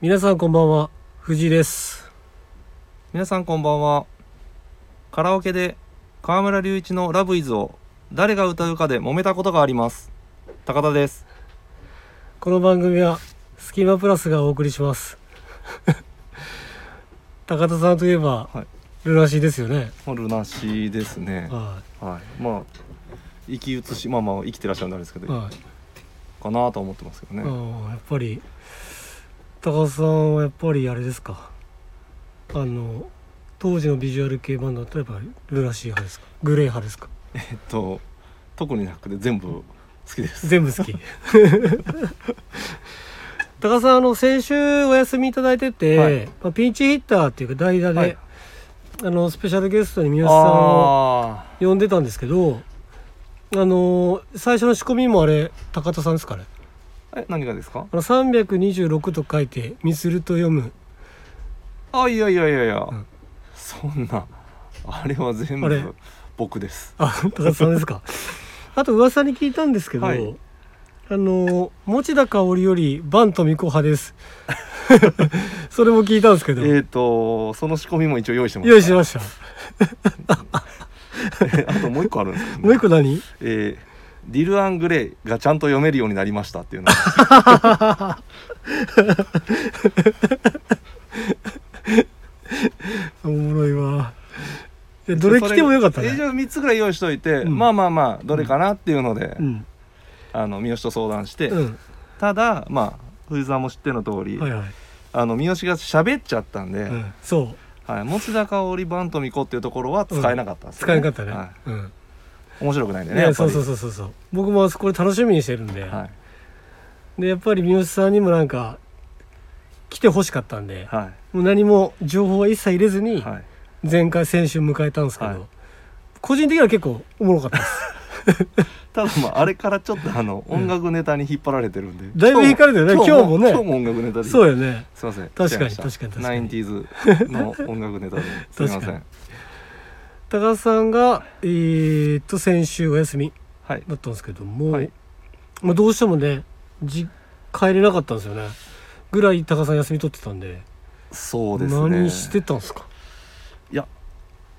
皆さんこんばんは藤井です皆さんこんばんはカラオケで河村隆一の「ラブイズを誰が歌うかで揉めたことがあります高田ですこの番組はスキマプラスがお送りします 高田さんといえば、はいルナシーですよねルナシーですねははいまあ生き写しまあまあ生きてらっしゃるんであれですけいどはい、かなとは思ってますけどうねんやっぱり高田さんはやっぱりあれですかあの当時のビジュアル系バンドだったらやっぱりルナシー派ですかグレー派ですかえっと特になくて全部好きです全部好 き高田さんあの先週お休みいただいてて、はいまあ、ピンチヒッターっていうか代打で、はいあのスペシャルゲストに三好さんをあ呼んでたんですけどあのー最初の仕込みもあれ高田さんですかねーえ何がですかあの326と書いて「ミスルと読むあいやいやいやいや、んそんなあれは全あれ部僕です」あ高田さんですか あと噂に聞いたんですけど、はいあのー持田香織よりバン富子派です それも聞いたんですけえど、ー、とその仕込みも一応用意してます用意しましたえ あともう一個あるんですけどねもう一個何えーディル・アン・グレイがちゃんと読めるようになりましたっていうのがおもろいわで どれ来てもよかったそれねえーじゃあ3つぐらい用意しといて、うんまあまあまあどれかなっていうので、うん、あの三好と相談して、うん、ただまあ藤沢も知っての通り、はいはい、あの三好が喋っちゃったんで、うん、そうはい、持田香織バントミコっていうところは使えなかったんですよ使えなかったね、はうんい、面白くないんでねね、やっぱりそうそうそうそうそう僕もあそこで楽しみにしてるんで、はいでやっぱり三好さんにもなんか来てほしかったんで、はもう何も情報は一切入れずいにはい前回先週迎えたんですけど、はい個人的には結構おもろかったですただまああれからちょっとあの音楽ネタに引っ張られてるんで、だいぶ引かれてるね今日もね今日も音楽ネタでそうよねすいません確かに失礼し確まかに確したかにナインティーズの音楽 ネタですいま確せかにん高田さんがえーっと先週お休みはいだったんですけども、はいまあ、どうしてもねじ帰れなかったんですよねぐらい高田さん休み取ってたんでそうですね何してたんですかいや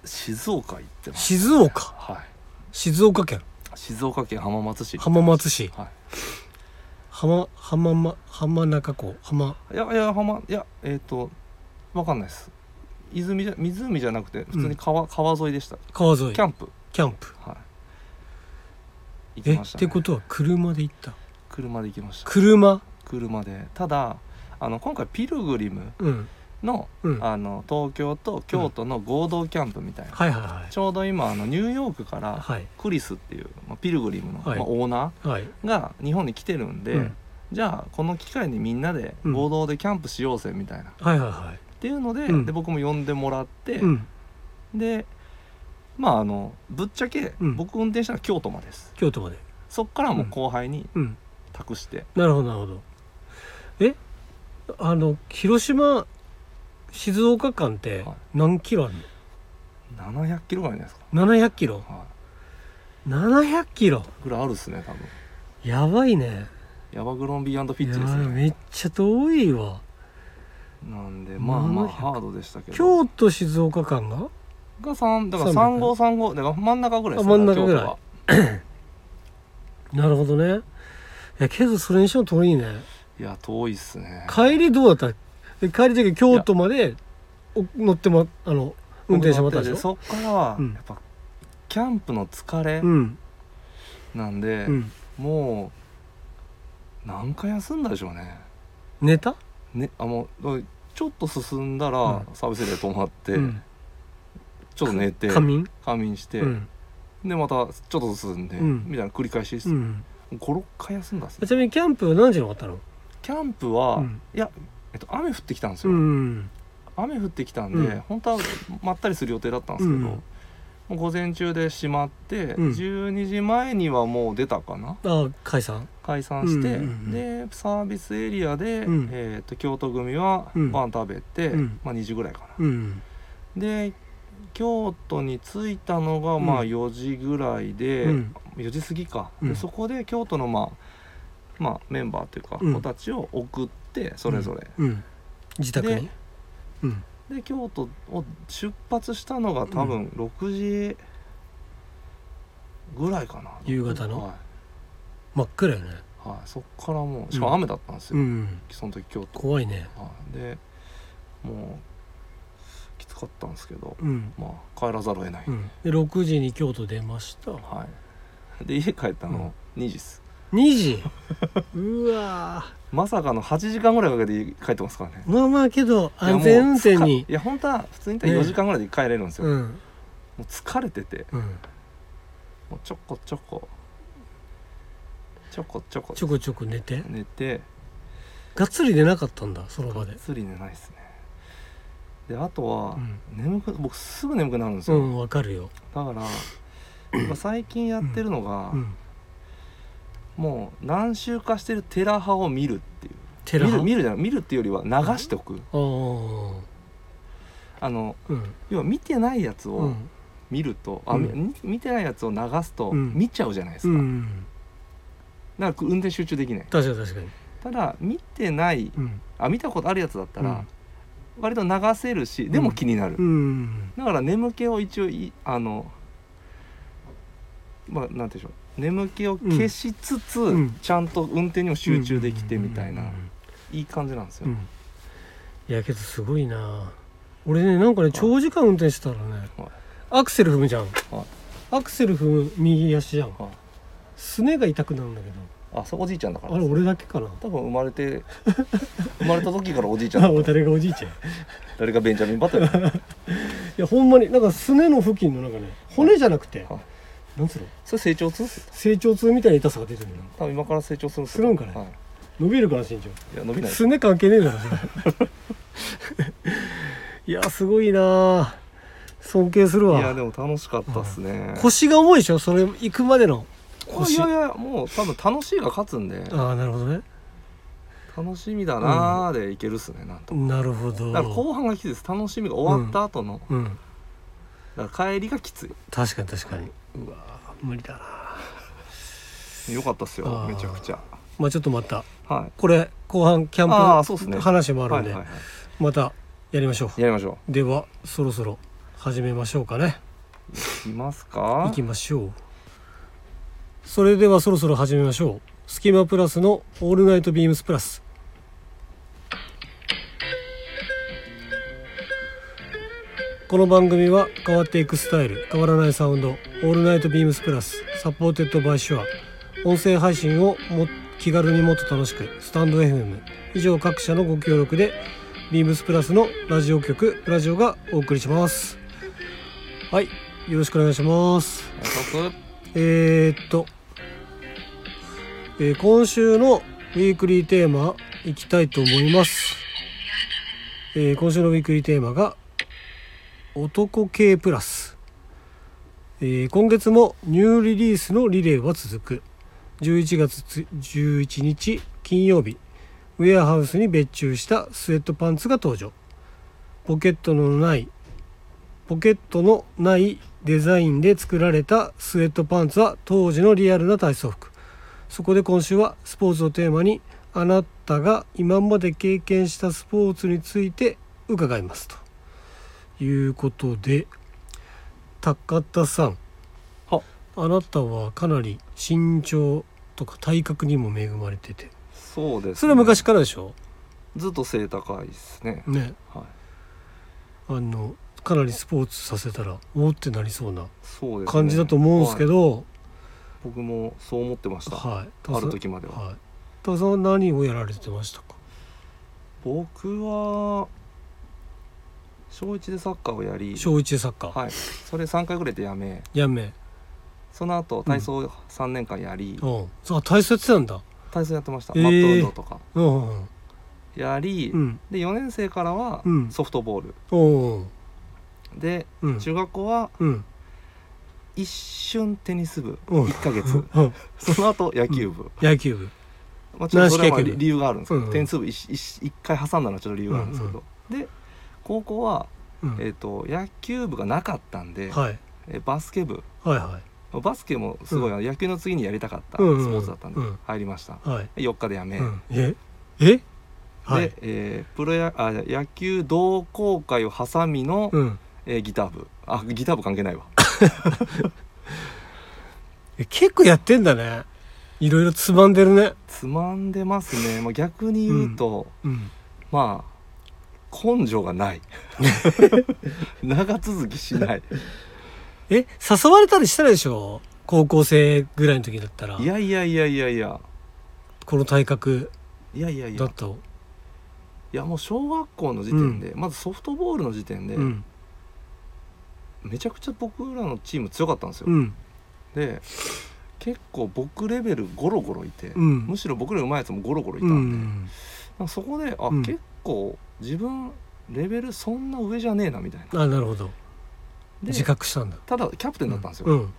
静岡行ってます静岡はい静岡県静岡県浜松市浜松市は浜浜ま浜中湖浜いいやいや浜いやえっ、とわかんないです泉じゃ湖じゃなくて普通に川,、川沿いでした川沿いキャンプキャンプはい行えきっました、てね、ことは車で行った車で行きました車車でただあの今回ピルグリムうんの,、うんはいあの東京と京都の合同キャンプみたいな、はいはちょうど今あのニューヨークから、いはいクリスっていう、まあ、ピルグリムの、はいまあ、オーナはいーが日本に来てるんで、うんじゃあこの機会にみんなでうん合同でキャンプしようぜみたいな、っはいはいはていうので,、うんで僕も呼んでもらって、いうんでまああのぶっちゃけ、うん僕運転したのは京都までです京都までそっからもう後輩にうん託して、なるほどなるほどえあの広島静岡間ってはい何キロある700キロぐらいじゃないですか、の700キロは700キロい、ぐらいあるっすね多分やばいねヤバグロンビーフィッチでやすばいねめっちゃ遠いわなんでまあまあ700ハードでしたけど京都静岡間がが3だから300 3535だから真ん中ぐらいですあ真ん中ぐらい京都はなるほどねいやけどそれにしても遠いねいや遠いっすね帰りどうだったえ帰りじゃ京都までお乗ってもあの運転してもらったでしょそっからはうんやっぱキャンプの疲れうんなんで、うんもう何回休んだでしょうね寝たねあもうちょっと進んだら、うんサービスエリア泊まって、うんちょっと寝て仮眠仮眠して、うんでまたちょっと進んで、うんみたいな繰り返しです、うもんう56回休んだっすねちなみにキャンプは何時に終わったのキャンプは、うんいや、えっと、雨降ってきたんですうよ、ん雨降ってきたんで、うん本当はまったりする予定だったんですけど、うんもう午前中で閉まって、うん12時前にはもう出たかなあ解散解散して、うんうんでサービスエリアで、うんえー、と京都組はうんご飯食べて、うんまあ、2時ぐらいかな、うんで京都に着いたのがうんまあ4時ぐらいで、うん4時過ぎか、うでんそこで京都のまあまあメンバーというかうん子たちを送ってそれぞれ、うん自宅にうんで京都を出発したのが多分6時ぐらいかな、夕方のは真っ暗よねい、はい、そっからもうしかも雨だったんですよ、うんその時京都、怖いねはい、でもうきつかったんですけどうん、まあ帰らざるを得ない、うん、で6時に京都出ましたはいで家帰ったの2時です、 2時 うわまさかの8時間ぐらいかけて帰ってますからねーまあまあけどいやも安う全運転にいや本当は普通に言ったら4時間ぐらいで帰れるんですよ、うんもう疲れててうんもうちょこちょこちょこちょこちょこちょこ寝て寝てがっつり寝なかったんだその場がっでつり寝ないですねであとは、うん眠く僕すぐ眠くなるんですうよ、んわかるよ、だからやっぱ最近やってるのが、うん、もう何周かしてるテラ派を見るっていうテラ見るる見るじゃない見るっていうよりは流しておく、あーあのうん要は見てないやつうをん見ると、うあんみ見てないやつを流すとうん見ちゃうじゃないですうか、んなんか運転集中できない確かに確かにただ見てないうんあ見たことあるやつだったうんら割と流せるし、でも気になる、うんだから眠気を一応いあのまあなんていうんでしょう眠気を消しつつ、うんちゃんと運転にも集中できてみたいな、うんいい感じなんですよ、うんいやけどすごいな俺ねなんかね長時間運転してたらねはいアクセル踏むじゃんはいアクセル踏む右足じゃんはいすねが痛くなるんだけあそうおじいちゃんだからどあれ俺だけかな多分生まれて 生まれた時からおじいちゃんだ あから誰がおじいちゃんい誰がベンジャミン・バトルやほんまになんかすねの付近のなんかね骨じゃなくてはなんつうのそれ成長痛っすよ成長痛みたいな痛さが出てるのよ多分今から成長するんですするんかねはい、伸びるから身長いや伸びないすね関係ねえだろそれ いやすごいな尊敬するいやわでも楽しかったっすね、腰が重いでしょそれ行くまでのい腰やいやもう多分楽しいが勝つんでああなるほどね楽しみだなーでいけるっすねなんとかなるほどだから後半がきついです楽しみが終わった後の、うんだから帰りがきつ確かに確かにうわー無理だないよかったっすよあーめちゃくちゃまあちょっとまたはこれ後半キャンプあーそうっすね話もいあはるいんで、はいはいまたやりましょやりましょうではそろそろ始めましょうかねういますかいきましょうそれではそろそろ始めましょうスキマプラスの「オールナイトビームスプラス」この番組は変わっていくスタイル変わらないサウンド「オールナイトビームスプラス」サポーテッドバイシュア音声配信をも気軽にもっと楽しくスタンド FM 以上各社のご協力でビームスプラスのラジオ局ラジオがお送りしますはいよろしくお願いしますお願いしますえーっと、えー今週のウィークリーテーマいきたいと思います、えー今週のウィークリーテーマが「男系プラス」えー今月もニューリリースのリレーは続く11月つ11日金曜日ウェアハウスに別注したスウェットパンツが登場ポケットのないポケットのないデザインで作られたスウェットパンツは当時のリアルな体操服そこで今週はスポーツをテーマにあなたが今まで経験したスポーツについて伺いますということで高田さんはあなたはかなり身長とか体格にも恵まれててそうです、ね、それは昔からでしょずっと背高いですね、ねはい、あのかなりスポーツさせたらおーってなりそうなそうです、ね、感じだと思うんですけはいど、僕もそう思ってました、はい、ある時までは、はい。田中さんは何をやられてましたか。僕は小一でサッカーをやり小一でサッカー。はいそれ3回ぐらいでやめやめ。その後体操3年間やり、うん。そう、体操やってたんだ。体操やってました、えーマット運動とかうんうんやり、うん。で4年生からはうんソフトボール、うん。うん。でうん。中学校はうん。一瞬テニス部うん1ヶ月 うん。その後野球部、野球部。まあ、ちょっとそれはまあ軟式野球部理由があるんですけど、うんうんテニス部 1, 回挟んだのはちょっと理由があるんですけど、で高校は、うん。えー、と野球部がなかったんで、はい。えバスケ部はいはバスケもすごい、う野球の次にやりたかったスポうんうんうんーツだったんで、うん入りましたい。はい。 4日でやめ、うん。え。え。はいで、えープロやあ野球同好会を挟みの、うんえーギター部あギター部関係ないわえ結構やってんだねいろいろつまんでるねつまんでますね、まあ、逆に言うと、うんまあ根性がない 長続きしないえ誘われたりしたでしょ高校生ぐらいの時だったらいやいやいやいやいやこの体格いやいやいだやといやもう小学校の時点で、まずソフトボールの時点で、うんめちゃくちゃ僕らのチーム強かったんですよ、うんで結構僕レベルゴロゴロいて、うんむしろ僕らうまいやつもゴロゴロいたうんで、んなんかそこであ、うん結構自分レベルそんな上じゃねえなみたいなあなるほどで自覚したんだただキャプテンだったんですよ、うん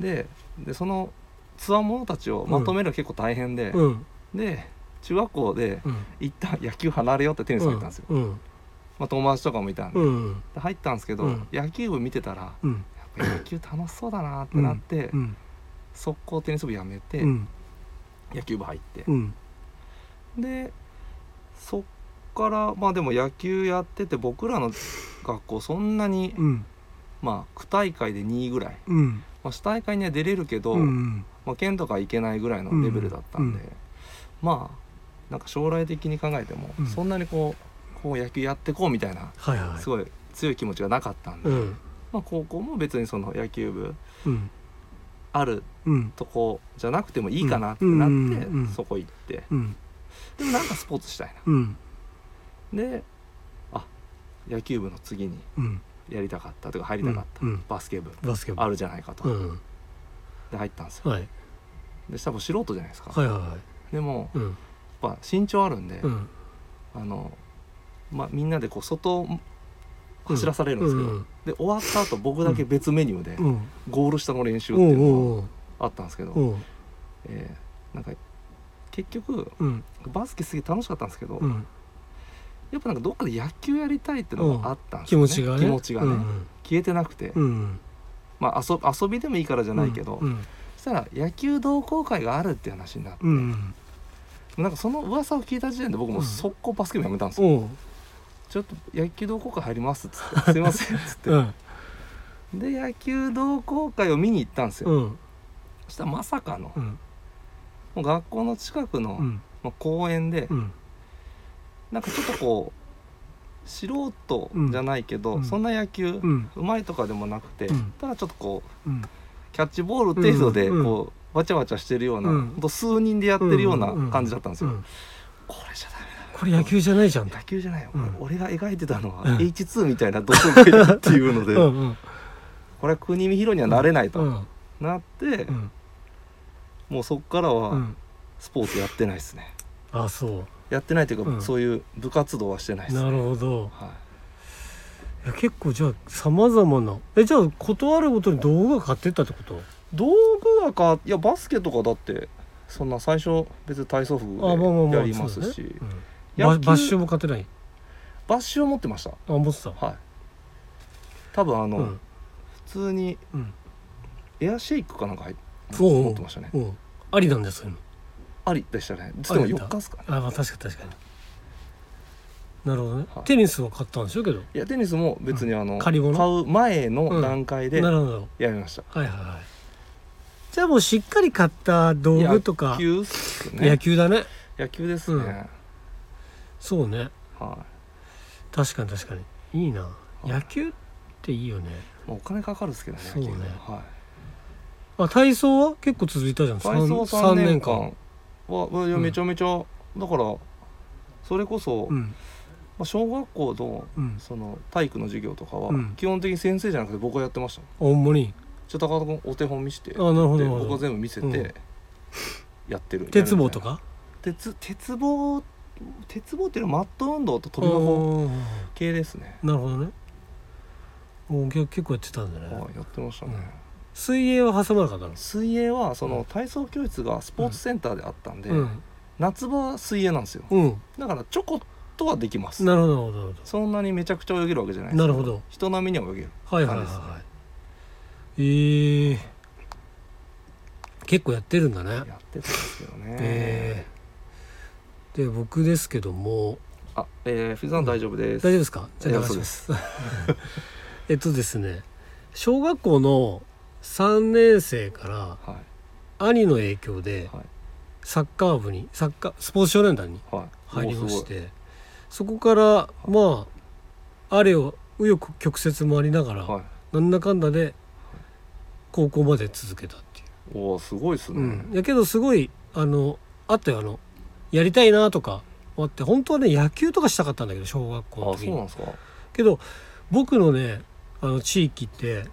ででそのつわものたちをまとめるのが結構大変で、うんで中学校でうん一旦野球離れようってテニスう入っんたんですよ、うんまあ、友達とかもいたんで,、うんで入ったんですけど、うん野球部見てたらうんやっぱ野球楽しそうだなってなって、うん速攻テニス部やめて、うん野球部入ってう、んでそっからまあでも野球やってて僕らの学校そんなに、うんまあ区大会で2位ぐらい、うんまあ、市大会には出れるけど、うんまあ、県とか行けないぐらいのレベルだったんで、うんまあなんか将来的に考えても、うんそんなにこうこう野球やってこうみたいなはいはいすごい強い気持ちがなかったんで、うんまあ、高校も別にその野球部うんあるうんとこじゃなくてもいいかなってなって、うんうんうんそこ行ってうんでもなんかスポーツしたいうんなであ野球部の次にうんやりたかったとか入りたかった、うんうんバスケ部バスケ部あるじゃないかと、うんで入ったんですよはいで多分素人じゃないですか、はいはいはでもいうんやっぱ身長あるんで、うんあの、まあ、みんなでこう外走らされるんですけど、うんで終わった後僕だけ別メニューでうんゴール下の練習っておいううのおうがあったんですけど、おうえーなんか結局おううんバスケすげえ楽しかったんですけど、うんやっぱなんかどっかで野球やりたいっていうのがあったんです気よ、ね持ちがね気持ちがね、うん消えてなくて、うんまあ、遊遊びでもいいからじゃないけど、うんそしたら野球同好会があるって話になって、うんなんかその噂を聞いた時点で僕もう速攻バスケ部やめたんですよ、おうちょっと野球同好会入りますっつって「すいません」っつってうんで野球同好会を見に行ったんですよ、うんそしたらまさかの、うんもう学校の近くの、うんまあ、公園で、うんなんかちょっとこう素人じゃないけど、うんそんな野球、ううんまいとかでもなくて、うんただちょっとこううんキャッチボール程度でこうう、んわちゃわちゃしてるような、うんほんと数人でやってるような感じだったんですよ、うんこれじゃダこれ野球じゃないじゃんメとだ野球じゃないよ、うん俺が描いてたのはうん H2 みたいな土足会だっていうので、うんうんこれは国見ヒロにはなれないと、うんなって、うんもうそっからうはんスポーツやってないですね、あそうやってないというか、うんそういう部活動はしてないですなるほどはいや結構じゃあさまざまなえじゃあ断るごとに道具が買ってったってことい、道具はかいやバスケとかだってそんな最初別に体操服あまあまあでまあやりますし、そうだねうん野バ球バッシュも買ってないバッシュを持ってましたあ持ってたはい多分あの、うん普通にうんエアシェイクかなんか入っおうおう持ってましたねうんありなんだよそういうのありでしたねでもありだ4日っすかねあまあ確かに確かになるほどねはいテニスは買ったんでしょうけどいやテニスも別にあの、買借り物う前の段階でなやるほどりました、はいはいはいじゃあもうしっかり買った道具とか野球っすね野球だね野球ですね、うんそうねは確かに確かにいいない野球っていいよねい、まあ、お金かかるっすけどねそう野ね球は、はいあ体操は結構続いたじゃん体操三3三年間はいうやんめちゃめちゃ、だからそれこそ、うまんあ、小学校のうんその体育の授業とかは、うん基本的に先生じゃなくて僕がやってましたあほんまにちょっと高田君お手本見せてあなるほどでなる僕ほがど全部見せて、うんやってる鉄棒とか鉄鉄棒鉄棒っていうのはマット運動と飛び箱うん系ですね、なるほどねもう結結構やってたんだねはいやってましたね、水泳は挟まなかったの水泳はそうんの体操教室がスポーツセンターであったんで、うん夏場は水泳なんですようんだからちょこっとはできますなるほどなるほどなるほそんなにめちゃくちゃ泳げるわけじゃないどなるほど人並みには泳げるはいはいはいはいええ結構やってるんだねやってたんですけどね、ええで僕ですけどもあ、えー、藤井さん大丈夫です。大丈夫ですかじゃあい流やしそうまです えっとですね小学校の3年生からは兄の影響ではいサッカー部にサッカースポーツ少年団にい。はい。入りましおー。てそこからまああれを紆余曲折もありながら、すごいはい。なんだかんだで高校まで続けたっていう。おお、すごいですね。うん、やけどすごいあのあったよあのやりたいなとかあって本当はね野球とかしたかったんだけど小学校のあ、時そうになんですか。けど僕のねあの地域って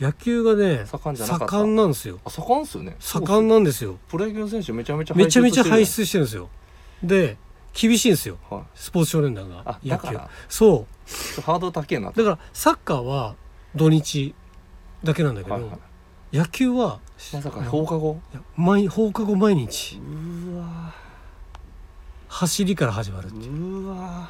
野球がね盛んじゃなかった盛んなんですよあ、盛んっすよね。盛んな。なんですよプロ野球選手めちゃめちゃめちゃめちゃ輩して出してるんですよで厳しいんですよる。はい。スポーツ少年団があ、野だか球ら、そちょっとハードル高いなうだって。からサッカーは土日だけなんだけど、はいはい。野球はまさかなん放課後。いや毎放課後毎日うわ走りから始まるー。うわ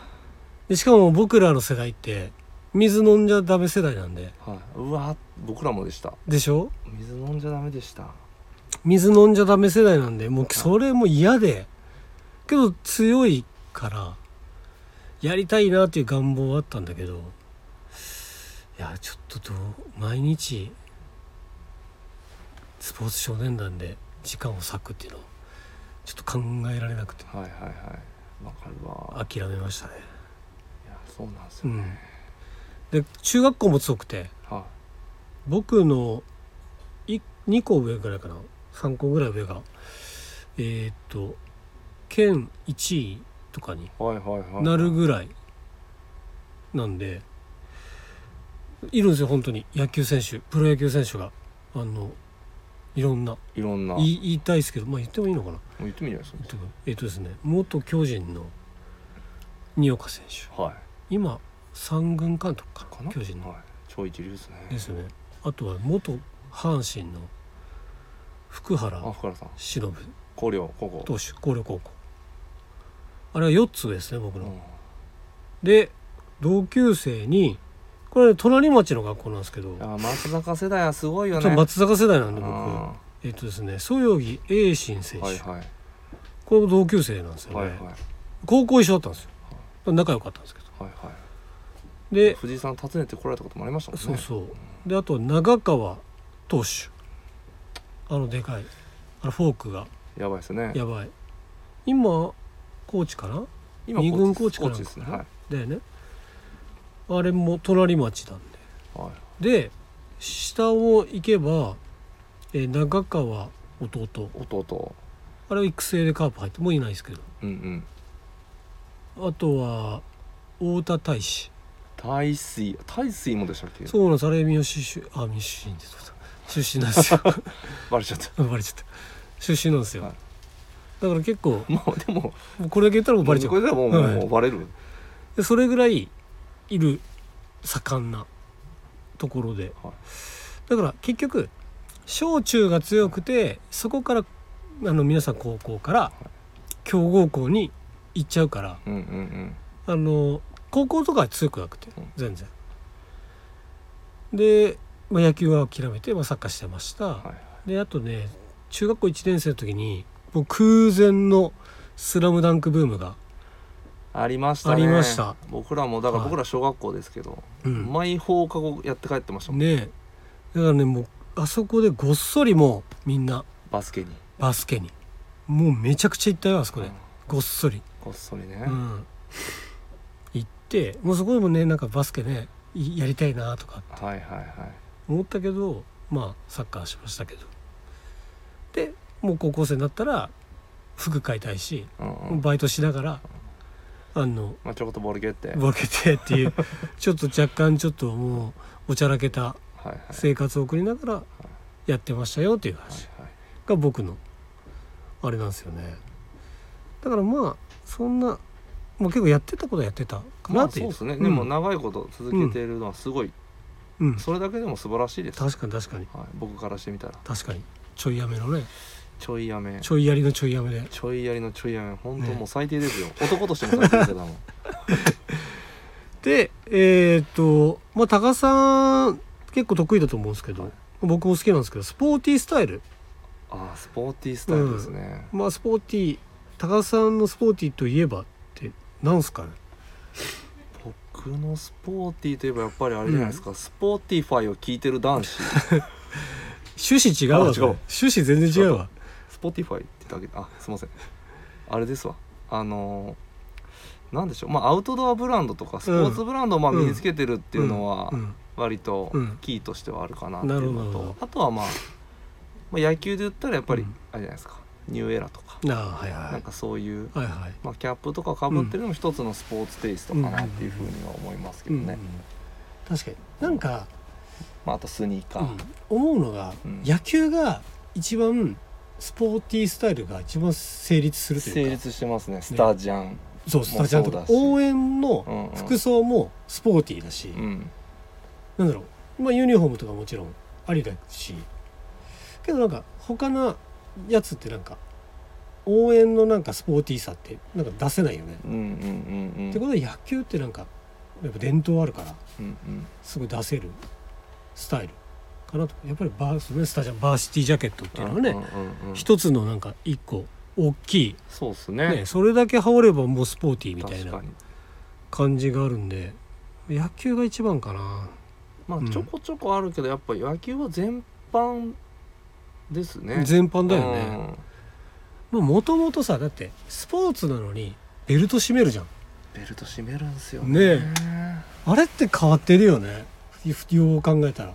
でしかも僕らの世代って水飲んじゃダメ世代なんでー。はい。うわー、僕らもでした。でしょ水飲んじゃダメでした。水飲んじゃダメ世代なんでもうそれも嫌でけど強いからやりたいなっていう願望はあったんだけどいやちょっとどう毎日スポーツ少年団で時間を割くっていうのはちょっと考えられなくてはいはいはい。わかるわ。諦めましたねいや、そうなんですうよ。んで中学校も強くては僕のい2個上ぐらいかな3個ぐらい上がえーっと県1位とかにい。はいはいはい。なる。ぐらいなんでいるんですよ本当に野球選手プロ野球選手があのいろんないろんな。言い言いたいですけどまあ言ってもいいのかなもう言ってみればいいです言ってもえーっとですね元巨人の新岡選手か。はい。今三軍監督かかなな。巨人のはい。超一流ですね。ですねあとは元阪神の福あ、原福原さん。忍広陵高校。投手広陵高校あれは4つ上ですね僕の、うんで同級生にこれ、隣町の学校なんですけど、あ、松坂世代はすごいよちょっとね。松坂世代なんでうん僕はえっとですね蘇よぎ栄信い選手、はいはいこれも同級生なんですよね、はいは高校一緒だったんですよ仲良かったんですけどいはでい。藤井さん訪ねてこられたこともありましたもんね。そうそうであと長川投手あのでかいあのフォークがやばいですね。やばい今コーチかな今二軍コーチかコなーチですね。はいはい。だよねあれも隣町なんでで下を行けば、えー長川弟弟。あれは育成でカープ入ってもういないですけどうんうん。あとは太田大使大水。大水もでしたっけ。そうなんですあれ三好出あ三好出身って言ってた出身なんですよ バレちゃった。バレちゃった出身なんですよ、はいだから結構もうでももうこれだけ言ったらもうバレちゃこうれではもうはいもうバレる。でそれぐらいいる盛んなところで、はいだから結局小中が強くてそこからあの皆さん高校から強豪校に行っちゃうからうんうんうん。あの高校とかは強くなくてうん全然。で、まあ、野球は諦めて、まあ、サッカーしてました、はであとね中学校1年生の時にもう空前の「スラムダンクブームが、ありましたね。ありました。僕らもだからはい僕ら小学校ですけど、うん、毎放課後やって帰ってましたもん。ねえだからねもうあそこでごっそりもうみんなバスケに。バスケにもうめちゃくちゃ行ったよあそこで、うんごっそり、こっそりねう。ん、行ってもうそこでもねなんかバスケねいやりたいなとかはいはいはい。思ったけどまあサッカーしましたけどでもう高校生になったら服買いたいし、うんうん。バイトしながらあのまあちょこっとボール蹴って。はいボケてって いうちょっと若干ちょっともうおちゃらけたはい。生活を送りながらやってましたよっていう話。はいはい。が僕のあれなんですよねだからまあそんな、まあ、結構やってたことはやってたかまなあってそいうう、ですね、んでも長いこと続けているのはすごい、うん、それだけでも素晴らしいです、はい、確かに確かに僕からしてみたら確かにちょいやめのねちょいやめちょいやりのちょいやめでちょいやりのちょいやめ本当ねもう最低ですよ、男としても最低ですよ 多分でえーっとまあ多賀さん結構得意だと思うんですけど、はい僕も好きなんですけどスポーティースタイルああスポーティースタイルですね、まあスポーティー高田さんのスポーティーといえばってなんすかね僕のスポーティーといえばやっぱりあれじゃないですか、スポーティファイを聞いてる男子趣旨違うわあ違う趣旨全然違うわスポーティファイってだけあすいませんあれですわあのーなんでしょうまあアウトドアブランドとかスポーツブランドをまあうん身につけてるっていうのはうん割とうんキーとしてはあるかなっていうのなると、ほどあとはまあ、まあ野球で言ったらやっぱりうんあれじゃないですか、ニューエラとかなあはいはなんかそういう、いはいはいまあ、キャップとかかぶってるのも一つのスポーツテイストかなっていうふうには思いますけうどん、ね、確かになんか、まあ、あとスニーカー、思うのが、うん野球が一番スポーティースタイルが一番成立すると成いうか立してますねスタジャン、そうスタジャンともかうそうだし応援うのんうん服装もスポーティーだし、うんなんだろう、まあ、ユニフォームとかもちろんありだしけどなんか他のやつってなんか応援のなんかスポーティーさってなんか出せないよね。うんうんうんうんってことは野球ってなんかやっぱ伝統あるからうんうんすぐ出せるスタイルかなとやっぱりバース,、ね、スタジャンバーシティジャケットっていうのはね、うんうんうん一つのなんか一個大きい、そうっすね、ねそれだけ羽織ればもうスポーティーみたい確かなに感じがあるんで野球が一番かなまうんあちょこちょこあるけどやっぱ野球は全般ですね全般だよねもともとさだってスポーツなのにベルト締めるじゃんうんベルト締めるんすよねあれって変わってるよねよう考えたら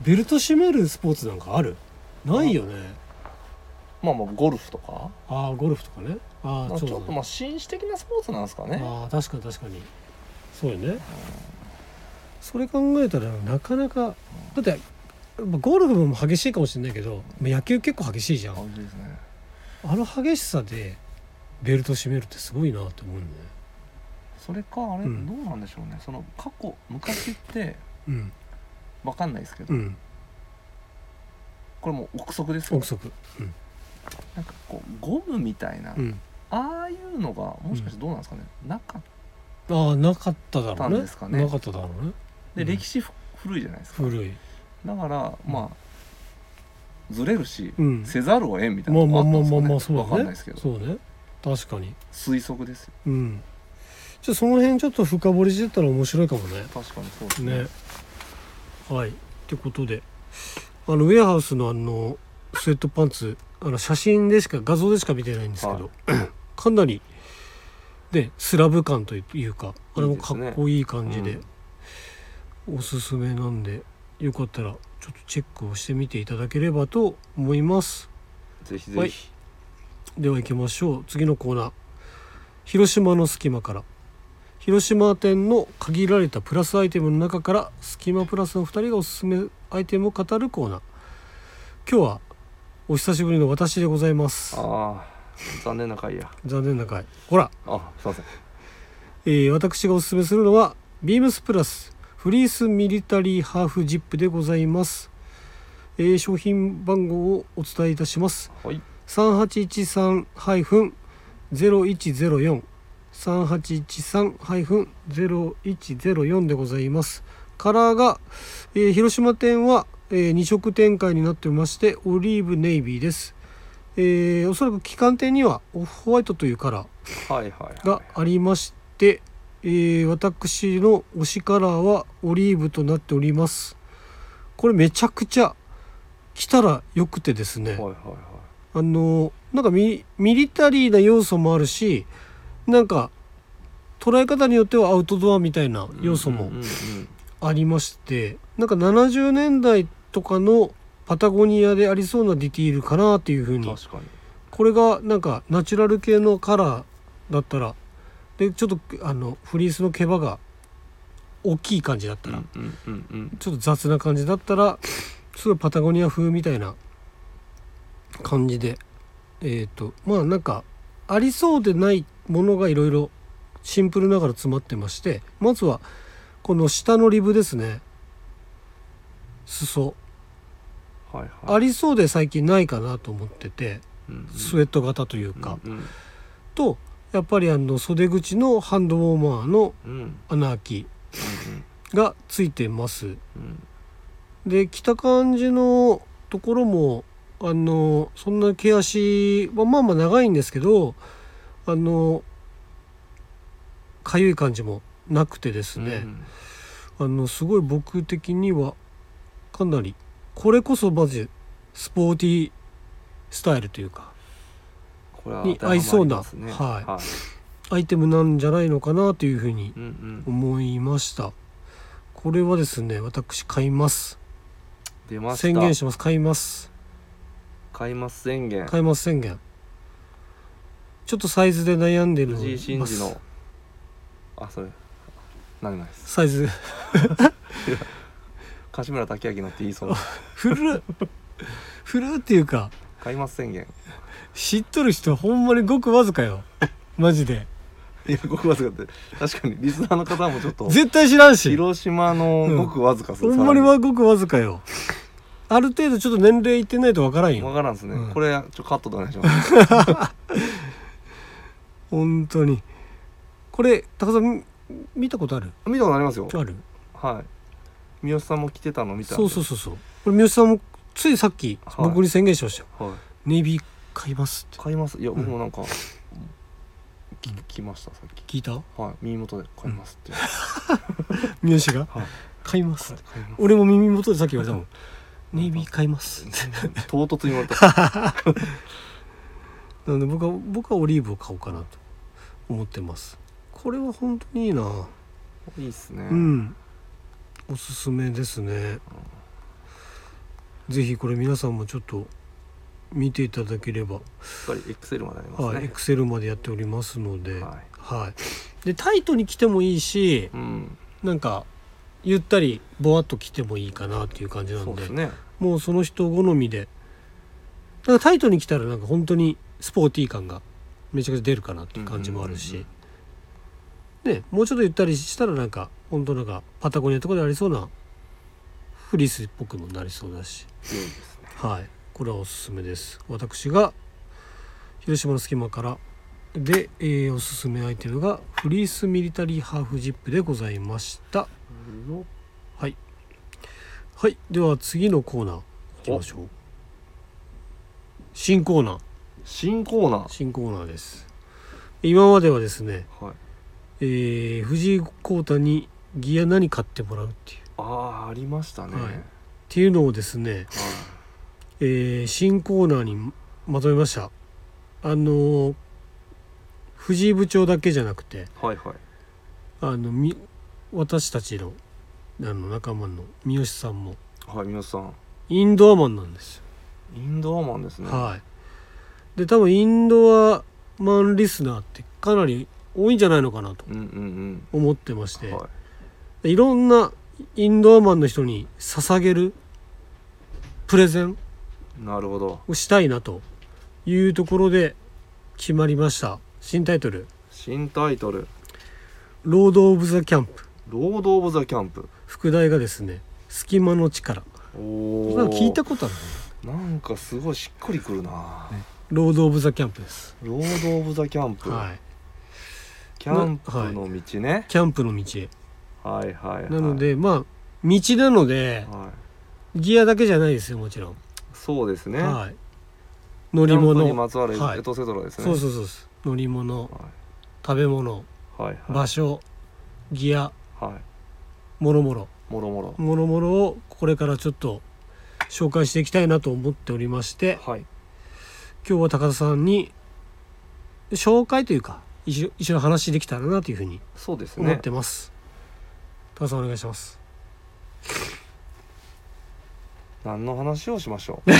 ベルト締めるスポーツなんかあるないよねまあまあゴルフとかああーゴルフとかねあまああそちうだょっとまあ紳士的なスポーツなんですかねああ確かに確かにそうよねそれ考えたらなかなかだってまあゴルフも激しいかもしれないけどまあ野球結構激しいじゃん感じですねあの激しさでベルト締めるってすごいなって思うんだよねそれかあれうどうんなんでしょうねその過去昔ってうんわかんないですけうどんこれもう憶測ですよ憶測なんかこうゴムみたいなうんああいうのがもしかしてどうなんですかねなかっああなかっただろたうんねですかねなかっただろうねでうん歴史ふ古いじゃないですか古いだからまあずれるしうんせざるを得んみたいまなあのまがあまあまあまあっあたそんうですかねわかんだないねですけどそうね確かに推測ですようんじゃあその辺ちょっと深掘りしてったら面白いかもね確かにそうですねねはいってことであのウェアハウスのあのスウェットパンツあの写真でしか画像でしか見てないんですけど、 かなりねスラブ感というかあれもかっこいい感じでいいですねおすすめなんでよかったらちょっとチェックをしてみていただければと思いますぜひはぜいひでは行きましょう次のコーナー広島の隙間から広島店の限られたプラスアイテムの中から隙間プラスの2人がおすすめアイテムを語るコーナー今日はお久しぶりの私でございますああ残念な回や残念な回ほら、あすいませんえー私がおすすめするのはビームスプラスフリースミリタリーハーフジップでございます、えー商品番号をお伝えいたしますはい3813-0104 3813-0104でございますカラーが、えー広島店は、え2色展開になっておりましてオリーブネイビーです、えーおそらく旗艦店にはオフホワイトというカラはいはいーがはありまして、えー私の推しカラーはオリーブとなっておりますこれめちゃくちゃ着たらよくてですね、いはいはいあのなんかミミリタリーな要素もあるしなんか捉え方によってはアウトドアみたいなはい要素うんうもんうんありまして、なんか70年代とかのパタゴニアでありそうなディティールかなっていうふううんに確かにこれがなんかナチュラル系のカラーだったらでちょっとあのフリースの毛羽が大きい感じだったうら、んうんうんうんちょっと雑な感じだったらすごいパタゴニア風みたいな感じでえっ、とまあなんかありそうでないものがいろいろシンプルながら詰まってましてまずはこの下のリブですね裾はいはいありそうで最近ないかなと思っててスウェェット型というかうんうんとやっぱりあの袖口のハンドウォーマーのうんうん穴開きがついてますうんうんで着た感じのところもあのそんな毛足はまあまあ長いんですけどあの痒い感じもなくてですね、あのすごい僕的にはかなりこれこそマジスポーティースタイルというかこれはに合いそうな当てはまりますはいアねはいイテムなんじゃないのかなというふうにうんうん、思いましたこれはですね私買います出ました宣言します買います買います宣言買います宣言ちょっとサイズで悩んでるの藤井真ます二のあそれなりないですサイズ柏村武明のって言い そうな振る振るっていうか買います宣言知っとる人ほんまにごくわずかよマジでいやごくわずかって確かにリスナーの方もちょっと 絶対知らんし広島のごくわずかですほんまにはごくわずかよある程度ちょっと年齢いってないとわからん分よからんですね、うんこれちょっとカットでお願いします 本当にこれ高さんみ見たことある見たことありますよあるはい三好さんも来てたの見たんでそうそうそうそうこれ三好さんもついさっきはい僕に宣言しましたよ、はいネイビー買いますっ買いますいやん僕もなんか、き来ましたさって聞きいたはい耳元で買いますって、三好がはい買いますって買います俺も耳元でさっき言われたもんネイビー買います唐突に言われ た なので僕は僕はオリーブを買おうかなと思ってますこれは本当にいいないいっすね、うん、おすすめですね。ぜひこれ皆さんもちょっと見ていただければ、しっかり XL までありますねはい、Excel までやっておりますので、ははいい。でタイトに着てもいいし、うんなんかゆったりぼわっと着てもいいかなっていう感じなそんうで、ですねもうその人好みで、なんかタイトに着たらなんか本当にスポーティー感がめちゃくちゃ出るかなっていう感じもあるし、うんうんね、もうちょっとゆったりしたらなんか本当なんかパタゴニアとかでありそうなフリースっぽくもなりそうだし、良いですねはい、これはおすすめです私が広島の隙間からで、えーおすすめアイテムがフリースミリタリーハーフジップでございましたはい、はい、では次のコーナーいきましょう新コーナー新コーナー新コーナーです今まではですねはいえー藤井耕太にギア何買ってもらうっていうっああありましたね、はいはいていうのをですね、えー新コーナーにまとめましたあのー藤井部長だけじゃなくてはいはいあのみ私たちのあの仲間の三好さんもはい皆さんインドアマンなんですよ、インドアマンですねはいで多分インドアマンリスナーってかなり多いんじゃないのかなとうんうん思ってましうて、んはいいろんなインドアマンの人に捧げるプレゼンなるほどをしたいなというところで決まりました新タイトル新タイトル「ロード・オブ・ザ・キャンプ「ロード・オブ・ザ・キャンプ」」副題がですね「隙間の力」おおなんか聞いたことあるねなんかすごいしっくりくるな、ロード・オブ・ザ・キャンプ」です、ロード・オブ・ザ・キャンプ、はい、キャンプの道ね、キャンプの道へはい、はいはいなの、でまあ道なのではギアだけじゃないですよもちろん、い、そうですね、はい、乗キりャンプに物、まつわるはいエトセトラですね、そうそうそうそう乗り物は食べ物いはいは場所ギアい、はい、もろもろもろもろもろもろをこれからちょっと紹介していきたいなと思っておりましてはい今日は高田さんに紹介というか一緒一緒に話できたらなというふうにそうです思ねってます、高田さんお願いします何の話をしましょ う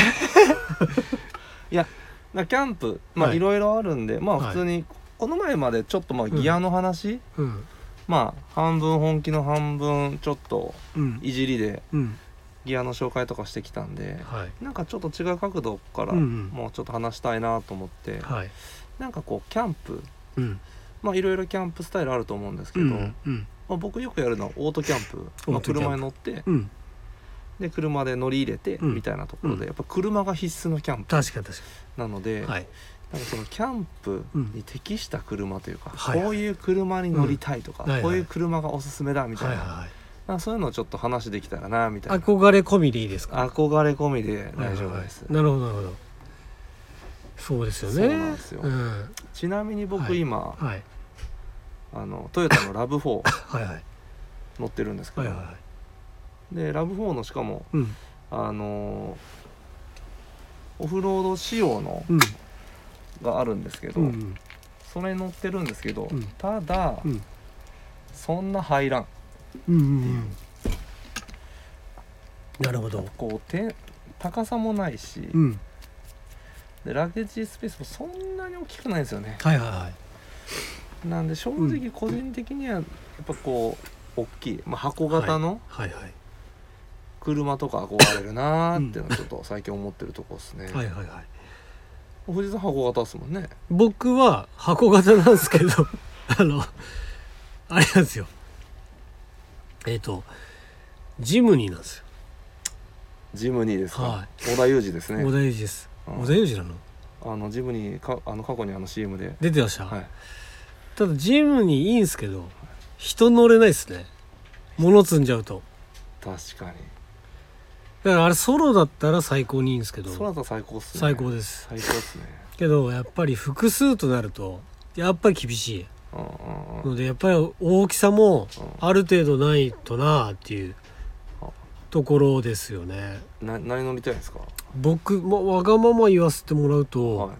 いやなキャンプまはあいいろいろあるんで、まあはい普通にこの前までちょっとまあギアの話、うんまあ半分本気の半分ちょっとうんいじりでうんギアの紹介とかしてきたんではいなんかちょっと違う角度からうんうんもうちょっと話したいなと思って、はいなんかこうキャンプうんまあいろいろキャンプスタイルあると思うんですけうど、んうんまあ、僕よくやるのはオートキャンプ、まオーあ、トキャンプ車に乗ってうんで車で乗り入れてうんみたいなところうんでやっぱ車が必須のキャンプ確かに確かなので、にはいなんかそのキャンプに適した車というか、はいこういう車に乗りたいとか、うんはいはいこういう車がおすすめだみたいはな,、いはあそういうのをちょっと話できたらなみたいな憧れ込みでいいですか憧れ込みで大丈夫です、はいなるほどなるほどそうですよねそうなんですようんちなみには僕い今、はい、あのトヨタのラブ4 はいはい乗ってるんですけはいど、はいはいでラブ4のしかもうんあのオフロード仕様のうんがあるんですけど、うんそれ乗ってるんですけど、うんただ、うんそんな入らんうんうんうんなるほどこうて高さもないし、うんでラゲッジスペースもそんなに大きくないんですよねはいはいはいなんで正う直個人的にはやっぱこう大きい、まあ、箱型のはいはい車とか憧れるなーっていうのはちょっと最近思ってるとこですね、はいはいはい富士山箱型ですもんね僕は箱型なんですけど あのあれなんですよえっ、とジムニーなんですよジムニーですか、は織田裕二です小ね田裕二ですうん小田裕二なのあのジムニーかあの過去にあの CM で、出てました、はい、ただジムニーいいんですけど人乗れないですね物積んじゃうと確かだからあれソロだったら最高にいいんですけに空ど田最高っすね最高でです最高っすねけどやっぱり複数となるとやっぱり厳しうんうんうんいのでやっぱり大きさもうある程度ないとなあっていうところですよねんな何乗りたいですか僕もわがまま言わせてもらうと、はい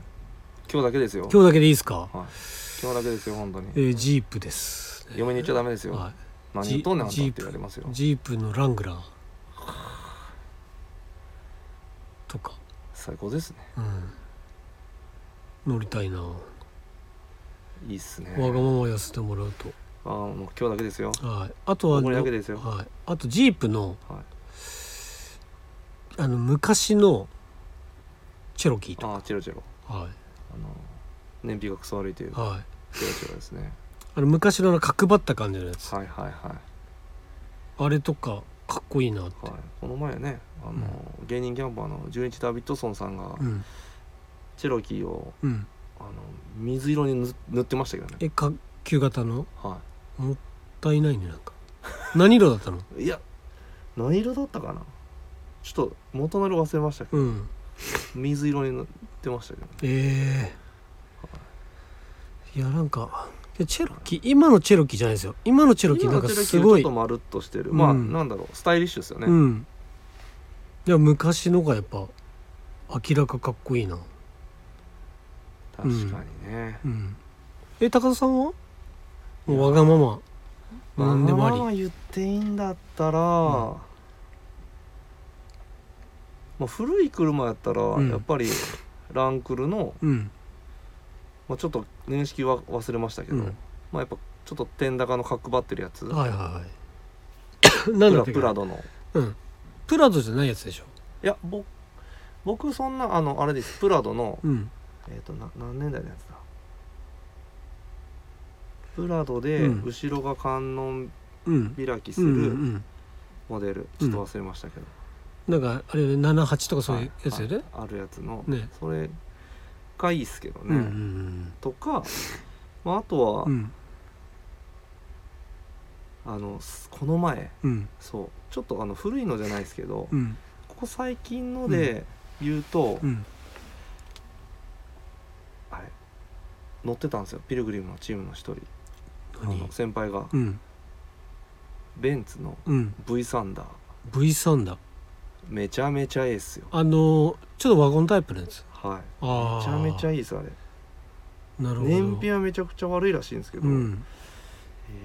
今日だけですよ今日だけでいいですか、はい、今日だけですよ本当に、えージープです、嫁に言っちゃダメですよ、は何言っとんねんあんたっジジてープ言われますよい、ジープのラングラーとか、最高ですねうん乗りたいな、いいっすねわがまま言わせてもらうあーもう今日だけですよと、はい、あとはこれだけですよはい、あとジープの、はいあの昔のチェロキーとああチェロチェロか、はいあの燃費がクソ悪いというチェロはい、チェロですねあの昔のあの角張った感じのやつ、はいはいはいあれとかかっこいいなって、はいこの前ねあの、芸人キャンパーの純一ダビッドソンさんがうんチェロキーをうんあの水色にぬ塗ってましたけどねえか旧型のはもったいないねなんか 何色だったのいいや何色だったかなちょっと元の色忘れましたけどうん水色に塗ってましたけどねええいやなんかでチェロキー今のチェロキーじゃないですよ今のチェロキーなんかすごい今のチェロキーはちょっと丸っとしてる、うんまあなんだろうスタイリッシュですよね、うんいや昔のがやっぱ明らかかっこいいな確かにね、うんえ高田さんはもうわがまま何でもありまま言っていいんだったら、んまあ、古い車やったらんやっぱりランクルの、うんまあ、ちょっと年式は忘れましたけど、うんまあ、やっぱちょっと天高の角張ってるやつはいはいはいなプんだラっけプラドのうんプラドじゃないやつでしょいやぼ僕そんなあのあれですプラドの、うんえっとな何年代のやつだプラドでうん後ろが観音うん開きすうんうんうるんモデル、ちょっと忘れましたけなど、んかあれよね78とかそういうやつよね、はいあるやつの、ねそれがいいっすけどね、うんうんとか、まあ、あとは、うんうんあのすこの前うんそうちょっとあの古いのじゃないですけど、うんここ最近ので言うと、うんあれ乗ってたんですよピルグリムのチームの一人あ何の先輩がうんベンツのうん V サンダー V サンダーめちゃめちゃええっすよあのーちょっとワゴンタイプのやつはいああめちゃめちゃいいいっすあれいなるほど燃費はめちゃくちゃ悪いらしいんですけど、うん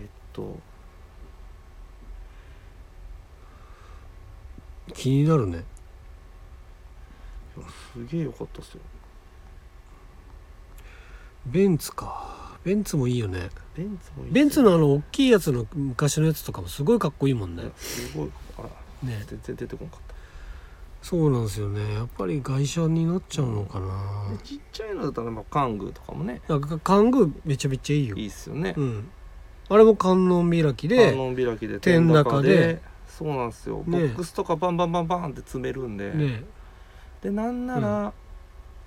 えーっと気になるねいやすげえ良かったっすよベンツかベンツもいいよねベンツもいいっすよベンツのあの大きいやつの昔のやつとかもすごいかっこいいもんいねやすごいあらね全然出てこなかったそうなんですよねやっぱり外車になっちゃうのかなでちっちゃいのだったら、まあ、カングーとかもねなんかカングーめちゃめちゃいいよいいっすよね、うんあれも観音開き観で音開きで天高でそうなんですよ、ねボックスとかバンバンバンバンって詰めるんで、ねでなんなら、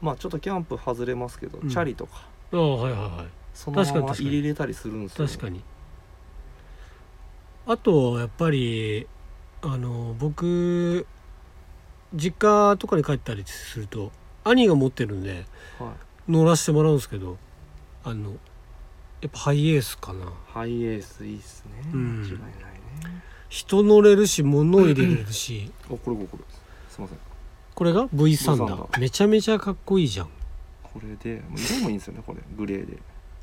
まあちょっとキャンプ外れますけど、うんチャリとかああはいはいはいそのま確かにま確かに入れれたりするんですよ確かにあとはやっぱりあの僕実家とかに帰ったりすると兄が持ってるんではい、乗らせてもらうんですけどあのやっぱハイエースかなハイエースいいっすね、うん間違いないね人乗れるし物入れれるしあこれこれこれすいませんこれが V サンダ V サンーめちゃめちゃかっこいいじゃんこれでもう色もいいんですよねこれグレーで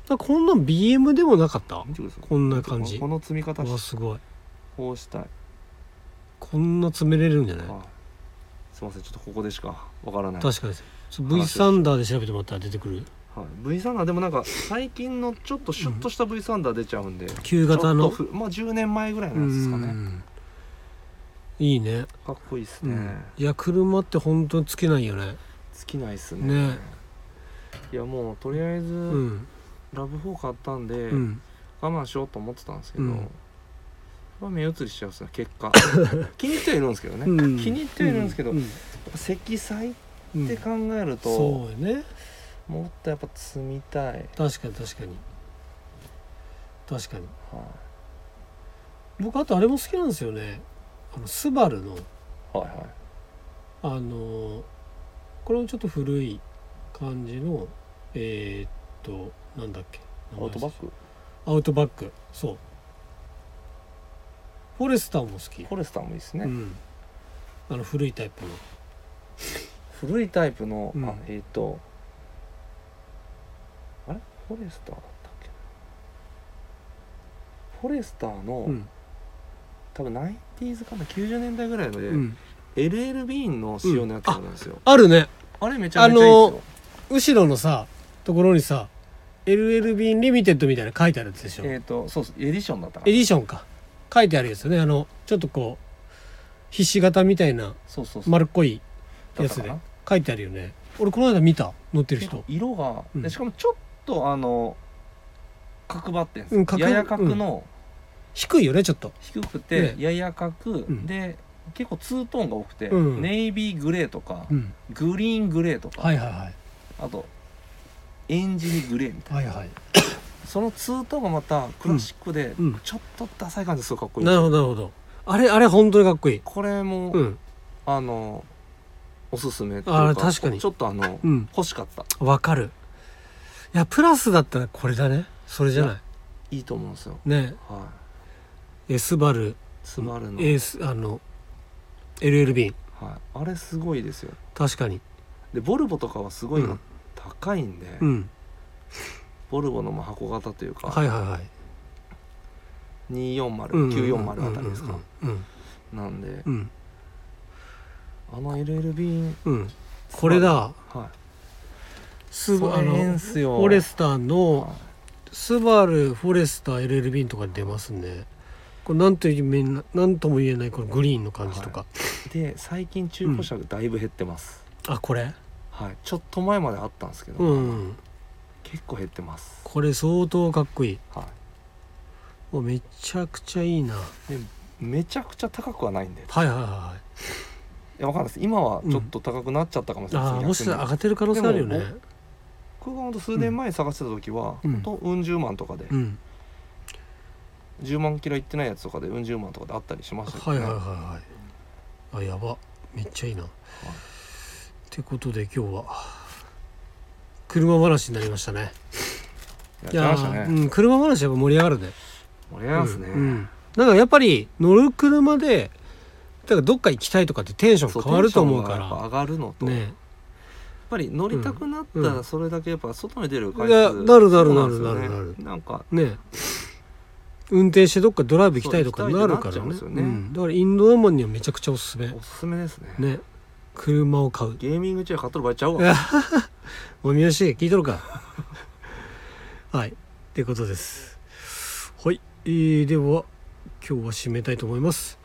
なんかこんなん BM でもなかった見てくださいこんな感じこの積み方うわすごいこうしたい、こんな詰めれるんじゃないはいすいませんちょっとここでしかわからない、はい、確かにちょ V サンダーで調べてもらったら出てくる V サンダーでもなんか最近のちょっとシュッとした V サンダー出ちゃうんで、旧型ちょのっとふまあ10年前ぐらいのうやつですかねんいいねかっこいいっすうね、んいや車って本当につけないよね尽きないっすねねいやもうとりあえず、うんラブ4買ったんで、うん我慢しようと思ってたんですけど、うんやっぱ目移りしちゃうんですよ結 果気に入ってはいるんですけどね、やっうん気に入ってはいるんですけどうんぱ積載っうんて考えると、そうよねもっとやっぱ積みたい、確かに確かに確かには僕あとあれも好きなんですよねあのスバルのい、はいはいあのーこれもちょっと古い感じのえーっとなんだっけ名ア前ウトバックアウトバックそうフォレスターも好き、フォレスターもいいですね、うんあの古いタイプの古いタイプの、うんあえっ、とあれフォレスターだったっけフォレスターの、うん多分 90s かな90年代ぐらいので、うん LL ビーンの仕様のやつがあるんですよ、あるねあれめちゃめちゃいいですよ、後ろのさところにさ LLB リミテッドみたいなの書いてあるやつでしょ、えっ、とそうですエディションだったかエなディションか書いてあるやつよねあのちょっとこうひし形みたいなそうそうそう丸っこいやだつったでかな書いてあるよね俺この間見た乗ってる結人構色が、うんでしかもちょっとあの角張ってんですうよん角やや角の低いよねちょっと低くて、ねやや角、んで結構ツートーンが多くて、うんネイビーグレーとか、うんグリーングレーとか、はいはいはいあとエンジニグレーみたいな、はいはいそのツートーンがまたクラシックで、うんうんちょっとダサい感じですごいかっこいいなるほどなるほどあれあれ本当にかっこいいこれも、うんあのおすすめっていうあー確かにちょっとあの、うん欲しかったわかるいやプラスだったらこれだねそれじゃないいいと思うんですよいねはえスバルいつまるの、エースあの LLB はい、あれすごいですよ確かにでボルボとかはすごいの、うん高いんで、うんボルボのまあ箱型というか、はいはいはい240、うん940あたりですか、うんなんでう、んあの LLB うんうんこれだはスいバあのそれええんすよフォレスターい、のはスバルフォレスター LLB のとか出ますねこれなんというめんなんとも言えないこのグリーンの感じとか、いで最近中古車がだいぶ減ってます、あこれはい、ちょっと前まであったんですけど、うん結構減ってます、これ相当かっこいいは、もうめちゃくちゃいいなはいでめちゃくちゃ高くはないんでいいはいはいやわかんないです今はちょっと高くなっちゃったかもしれないああです、もしかしたら上がってる可能性あるよねで僕がほんと数年前に探してた時は、うんほんとうん十万とかで、うん10万キロいってないやつとかでうん十万とかであったりしましたけど、はいねはいはいはいあやばめっちゃいいな、ってことで今日は車話になりましたねやってましたいやね、ーうん、車話やっぱ盛り上がるね盛り上がりますね、うんうんなんかやっぱり乗る車でだからどっか行きたいとかってテンショそうン変わると思うテンションがやっぱか上がるのと、らやっねぱり乗りたくなったうんうらんそれだけやっぱ外に出る回いや数なるなるそうなるんですよねなるなるなんかね運転してどっかドライブ行きたいとかなるかそらう行きたいってなっちゃうんねですよねうんだからインドアマンにはめちゃくちゃおすすめおすすめですねね車を買うゲーミングチェア買っとる場合ちゃういわやおみよし聞いとるかはいってことですはい、えーでは今日は締めたいと思います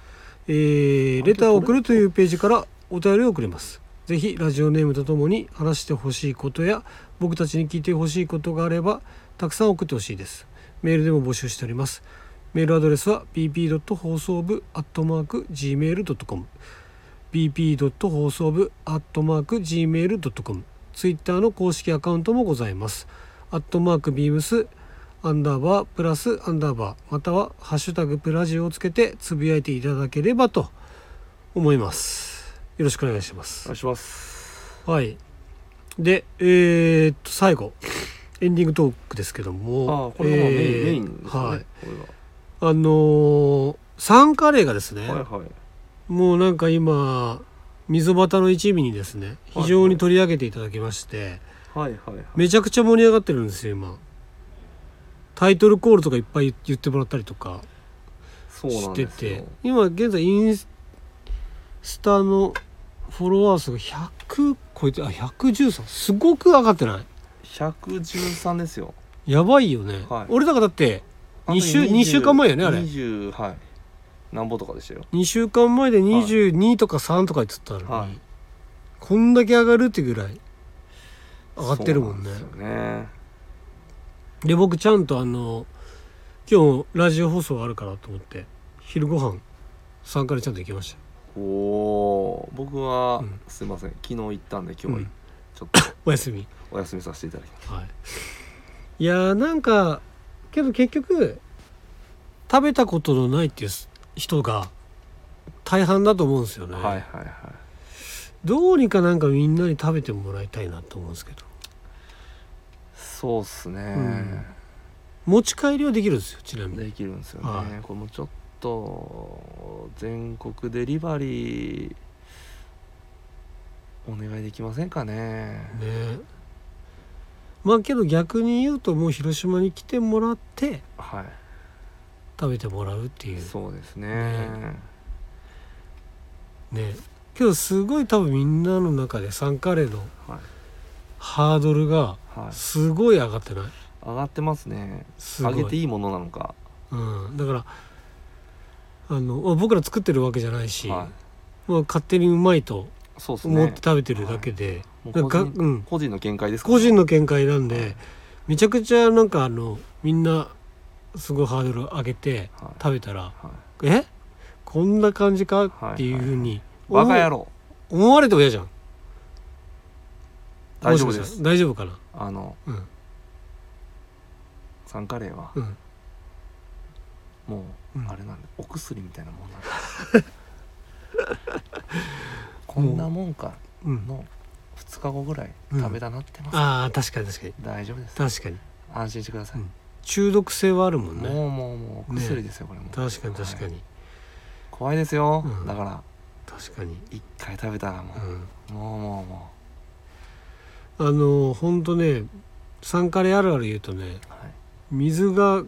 えーレターを送るというページからお便りを送れますぜひラジオネームとともに話してほしいことや僕たちに聞いてほしいことがあればたくさん送ってほしいですメールでも募集しておりますメールアドレスは bp. 放送部 .gmail.com bp. 放送部 .gmail.com ツイッターの公式アカウントもございます。アットマークビームスアンダーバープラスアンダーバーまたは「ハッシュタグプラジオ」をつけてつぶやいていただければと思いますよろしくお願いしまおす願いしますはいでえーっと最後エンディングトークですけどもああこれがまあメイン、えーメインですね、はいこあのーサンカレーがですね、れがはいはいもうなんか今溝端の一味にですね非常に取り上げていただきまして、はいはいはいめちゃくちゃ盛り上がってるんですよ今タイトルコールとかいっぱい言ってもらったりとかそうなしんてですよて今現在インスタのフォロワー数が100超えてあ113すごく上がってない113ですよやばいよね、はい俺だからだってあと二週20二週間前よねあれ20はいなんぼとかでしたよ2週間前で22とか3とか言ってたのに、はいこんだけ上がるってぐらい上がってるもんねそうなんですよねで僕ちゃんとあの今日ラジオ放送あるからと思って昼ご飯参加でちゃんと行きましたおおー僕は、うんすいません昨日行ったんで今日は、うんちょっとお休みお休みさせていただきますはいいやーなんかけど結局食べたことのないっていう人が大半だと思うんですよね、はいはいはいどうにかなんかみんなに食べてもらいたいなと思うんですけどそうっすね、持ち帰りはできるんですよちなみにできるんですよね、はいこれもちょっと全国デリバリーお願いできませんかねねまあけど逆に言うともう広島に来てもらっては食べてもらうっていいうそうですねねねけどすごい多分みんなの中でサンカレーのはいハードルがはいすごい上がってない上がってますねすご上いげていいものなのかうん、だからあのまあ僕ら作ってるわけじゃないし、はまあ、勝手にうまいといそうです思っねて食べてるだけで、もなうん個か人うん、個人の見解ですから個人の見解なんで、はいめちゃくちゃなんかあのみんなすごいハードル上げてはい食べたらは「いえこんな感じか?」はいっていうふうにバカ野郎思思われても嫌じゃん大丈夫です大丈夫かなあのうんサンカレーはうんもううんあれなんでお薬みたいなもんなんです こんなもんかうんの2日後ぐらい食べたなってます、ああ確かに確かに大丈夫です確かに安心してください、うん中毒性はあるもんねもうもうもうお薬ですよ、これも確かに確かはいに怖いですよ、うんだから確かに一回食べたらもうんう、もうもうもあのほんとねサンカレあるある言うとねうはい水が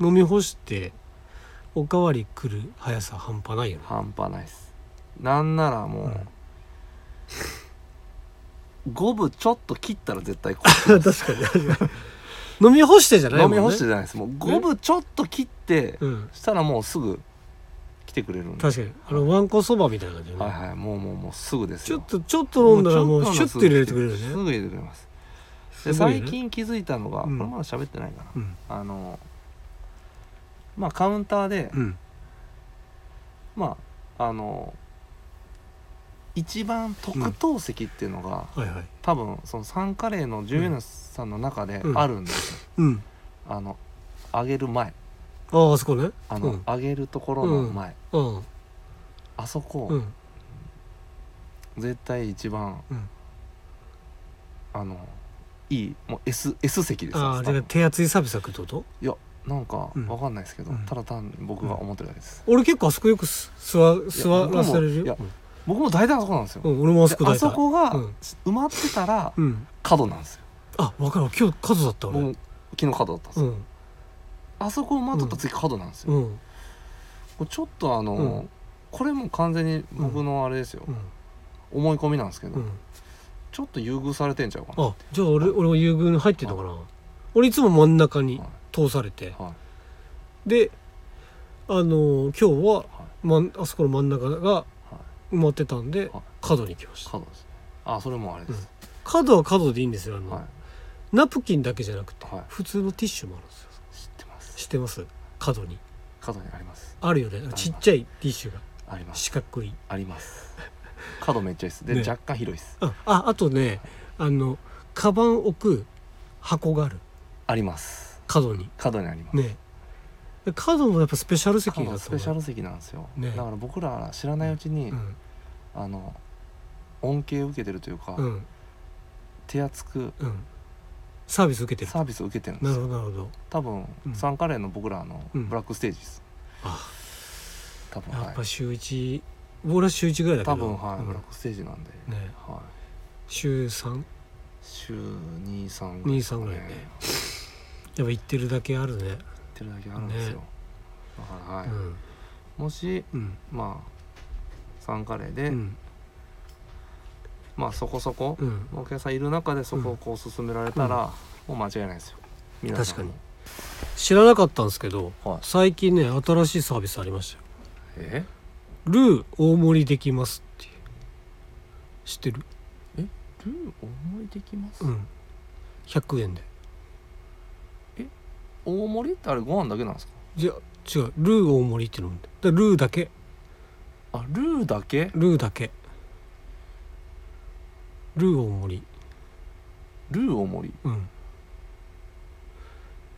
飲み干しておかわり来る速さ半端ないよね半端ないっすなんならもう、五分ちょっと切ったら絶対こう 確かに確かに飲み干してじゃないも飲ん、ね、み干してじゃないですもう五分ちょっと切ってうんしたらもうすぐ来てくれるんで確かにあのわんこそばみたいな感じよね、はいはいもうもうもうすぐですちょよっとちょっと飲んだらもうちょっシとュッのて入れてくれるすねぐ入れてくれますすでごいよね最近気づいたのが、うんこれまだ喋ってないかな、うんあのまあカウンターで、うんまああの一番特等席っていうのが、はいはい多分そのサンカレーの従業員さんの中でうんあるんですよ、うんあの揚げる前ああそこねあの、うん揚げるところの前、うんあそこ、うん絶対一番、うんあのいいもう S, S 席ですよああ多じゃ分手厚いサービスだってこといやなんかうんわかんないですけど、うんただ単に僕が思ってるだけです、俺結構あそこよくす座座らされるいやよ僕も大体あそこなんですよ、うん、うん俺もあそこで大あ体そこがうん埋まってたらうん角なんですよ、あ分かる今日角だった俺僕昨日角だったんですうよ、んあそこ埋まっとったら次角なんですよ、うんこれちょっとあの、うんこれもう完全に僕のあれですよ、うん思い込みなんですけど、うんちょっと優遇されてんちゃうかなあじゃあ俺俺も優遇に入ってんのかな俺いつも真ん中にはい通されてはいであのー今日は、はまん、あそこの真ん中がは埋まってたんではい角に来ました角ですねあそれもあれです、角は角でいいんですよあの、はいナプキンだけじゃなくて、はい普通のティッシュもあるんですよ知ってます知ってます角に角にありますあるよねちっちゃいティッシュがあります四角いあります角めっちゃいいっすで、ね若干広いっすあああとねあのカバン置く箱があるあります角に角にあります、ねで角もやっぱスペシャル席だ角と思のうスペシャル席なんですよ、ねだから僕ら知らないうちに、うんあの恩恵を受けてるというか、うん手厚くうんサービス受けてるサービスを受けてるんでなするほよどなるほど多分、うんサンカレーの僕らのうんブラックステージです、あ多分やはっぱい週1僕ら週1ぐらいだけど多分はい、うんブラックステージなんで、ねはい週 3? 週23二三ぐらいね行やっぱ行ってるだけあるねってるだけあるんですよ、ねだからはうい、んもしうんまあサンカレーで、うんまあそこそこ、うんお客さんいる中でそこをこう勧められたら、もう間違いないですよ皆さんも確知らなかったんですけどはい最近ね新しいサービスありましたよえルー大盛りできますっていう知ってるルー思いできます、うん100円で大盛りってあれご飯だけなんですかじゃ違うルー大盛りっていうのもあるんだルーだけあルーだけルーだけルー大盛りルー大盛りうん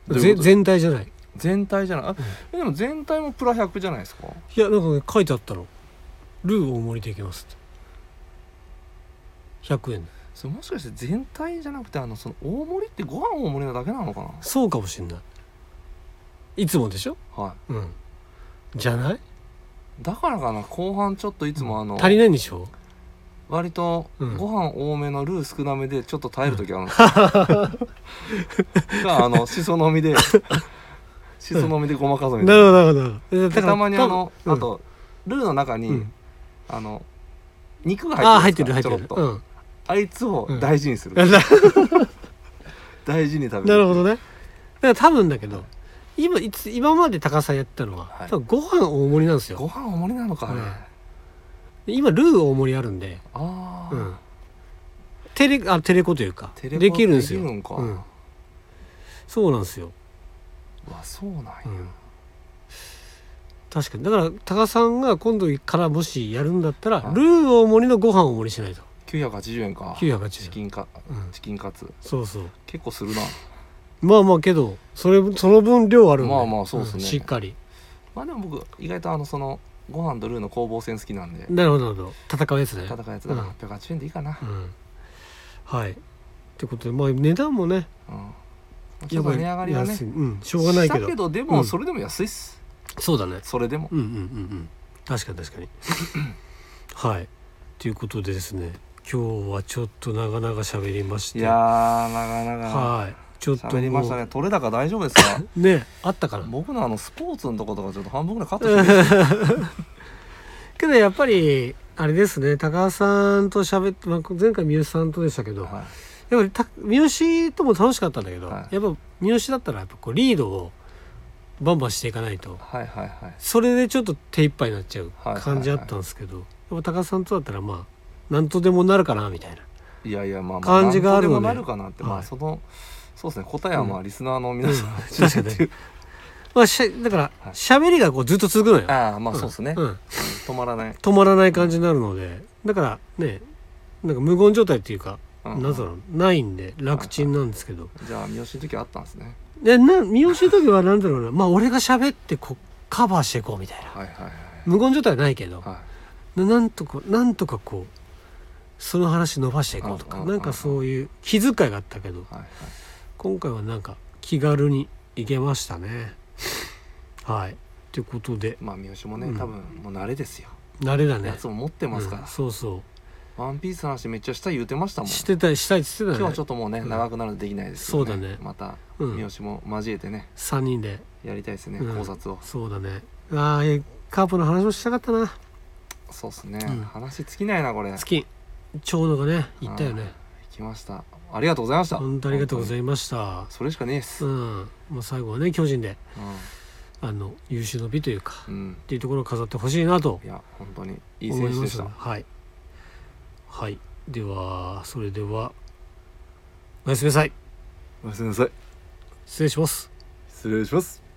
どういうぜこと全体じゃない全体じゃないあ、えでも全体もプラ100じゃないですかいやなんかね書いてあったのルー大盛りできますって100円それもしかして全体じゃなくてあのその大盛りってご飯大盛りなだけなのかなそうかもしんないいつもでしょはいうんじゃないだからかな後半ちょっといつもあの、足りないんでしょ割とうんご飯多めのルー少なめでちょっと耐える時あるんですよ、 があのしそのみでしそのみでごまかすみたないるなほどなるほどでたまにあの、多分あとルーの中に、うんあの肉がああ入っ入っててるる入んっでてるすよちょろっうと、んあいつをうん 大事にする、な大事に食べなるるほどねだから多分だけど今いつ今まで高さんやってたのは、はい多分ご飯大盛りなんですごよ飯大盛りなのかあれ、うんあで今ルー大盛りあるんで、あー、うん、テレあテレコというかテレポできるんですよできるんか、うん、そうなんですよ、うわそうなんや、うん、確かにだから高さんが今度からもしやるんだったらはいルー大盛りのご飯大盛りしないと980円かチ980円、キンかうん、チキンカツそうそう結構するなまあまあけどそれその分量あるんでまあまあそうっすねんしっかりまあでも僕意外とあのそのご飯とルーの攻防戦好きなんでなるほどなるほど戦うやつね戦うやつだから880円でいいかなうんはいってことでまあ値段もねうんちょっと値上がりはね安いうんしょうがないけしどたけどでうもんそれでも安いっすそうだねそれでもうんうんうんうん確かに 確かにはいということでですね今日はちょっと長々喋りましていやーなかなかはいちょっともう喋りましたね取れ高大丈夫で すかねあったかな僕のあのスポーツのとことかちょっと半分ぐらいカットしてるけどやっぱりあれですね高橋さんと喋って、まあ、前回三好さんとでしたけど、はやっぱりた三好とも楽しかったんだけど、はいやっぱ三好だったらやっぱこうリードをバンバンしていかないといはいはいはいそれでちょっと手一杯になっちゃうはいはいはい感じあったんですけど、やっぱ高さんとだったらまあなんとでもなるかなみたいないやいやまあま感じがあるのでなんとでもなるかなってまはあいそのそうですね答えはまあリスナーの皆さんうん確かにねまあ、しゃだからはい喋りがこうずっと続くのよ、ああまあそうですねうん止まらない止まらない感じになるのでだからねなんか無言状態っていうか、うんなんだろうないんで楽ちんなんですけど、じゃあ三好の時はあったんですねでな三好の時はなんだろうなまあ俺が喋ってこうカバーしていこうみたいなはいはいはい無言状態はないけど、はななんとかなんとかこうその話伸ばしていこうとうんかうんうんなんかそういう気遣いがあったけどいはいはい今回はなんか気軽にいけましたねはいということでまあ三好もね、うん多分もう慣れですよ、慣れだねやつも持ってますかうんら、そうそワンピースの話めっちゃしたい言ってましたうもんしてたしたいっつって今た日ねはちょっともうね、うん長くなるとできないですけど、そうだねまたうん三好も交えてね3人でやりたいですね、うん考察をそうだねあーえカープの話もしたかったなそうっすね、うん話尽きないなこれ月長野がね行ったよねきましたありがとうございました本当ありがとうございいましたますそれしかねえっすううん、んもう最後はね巨人であの優秀の美というか、うっんていうところを飾ってほしいなといや本当にいい思い選手まですしたねはい、はい、ではそれではおやすみなさいおやすみなさい失礼します失礼します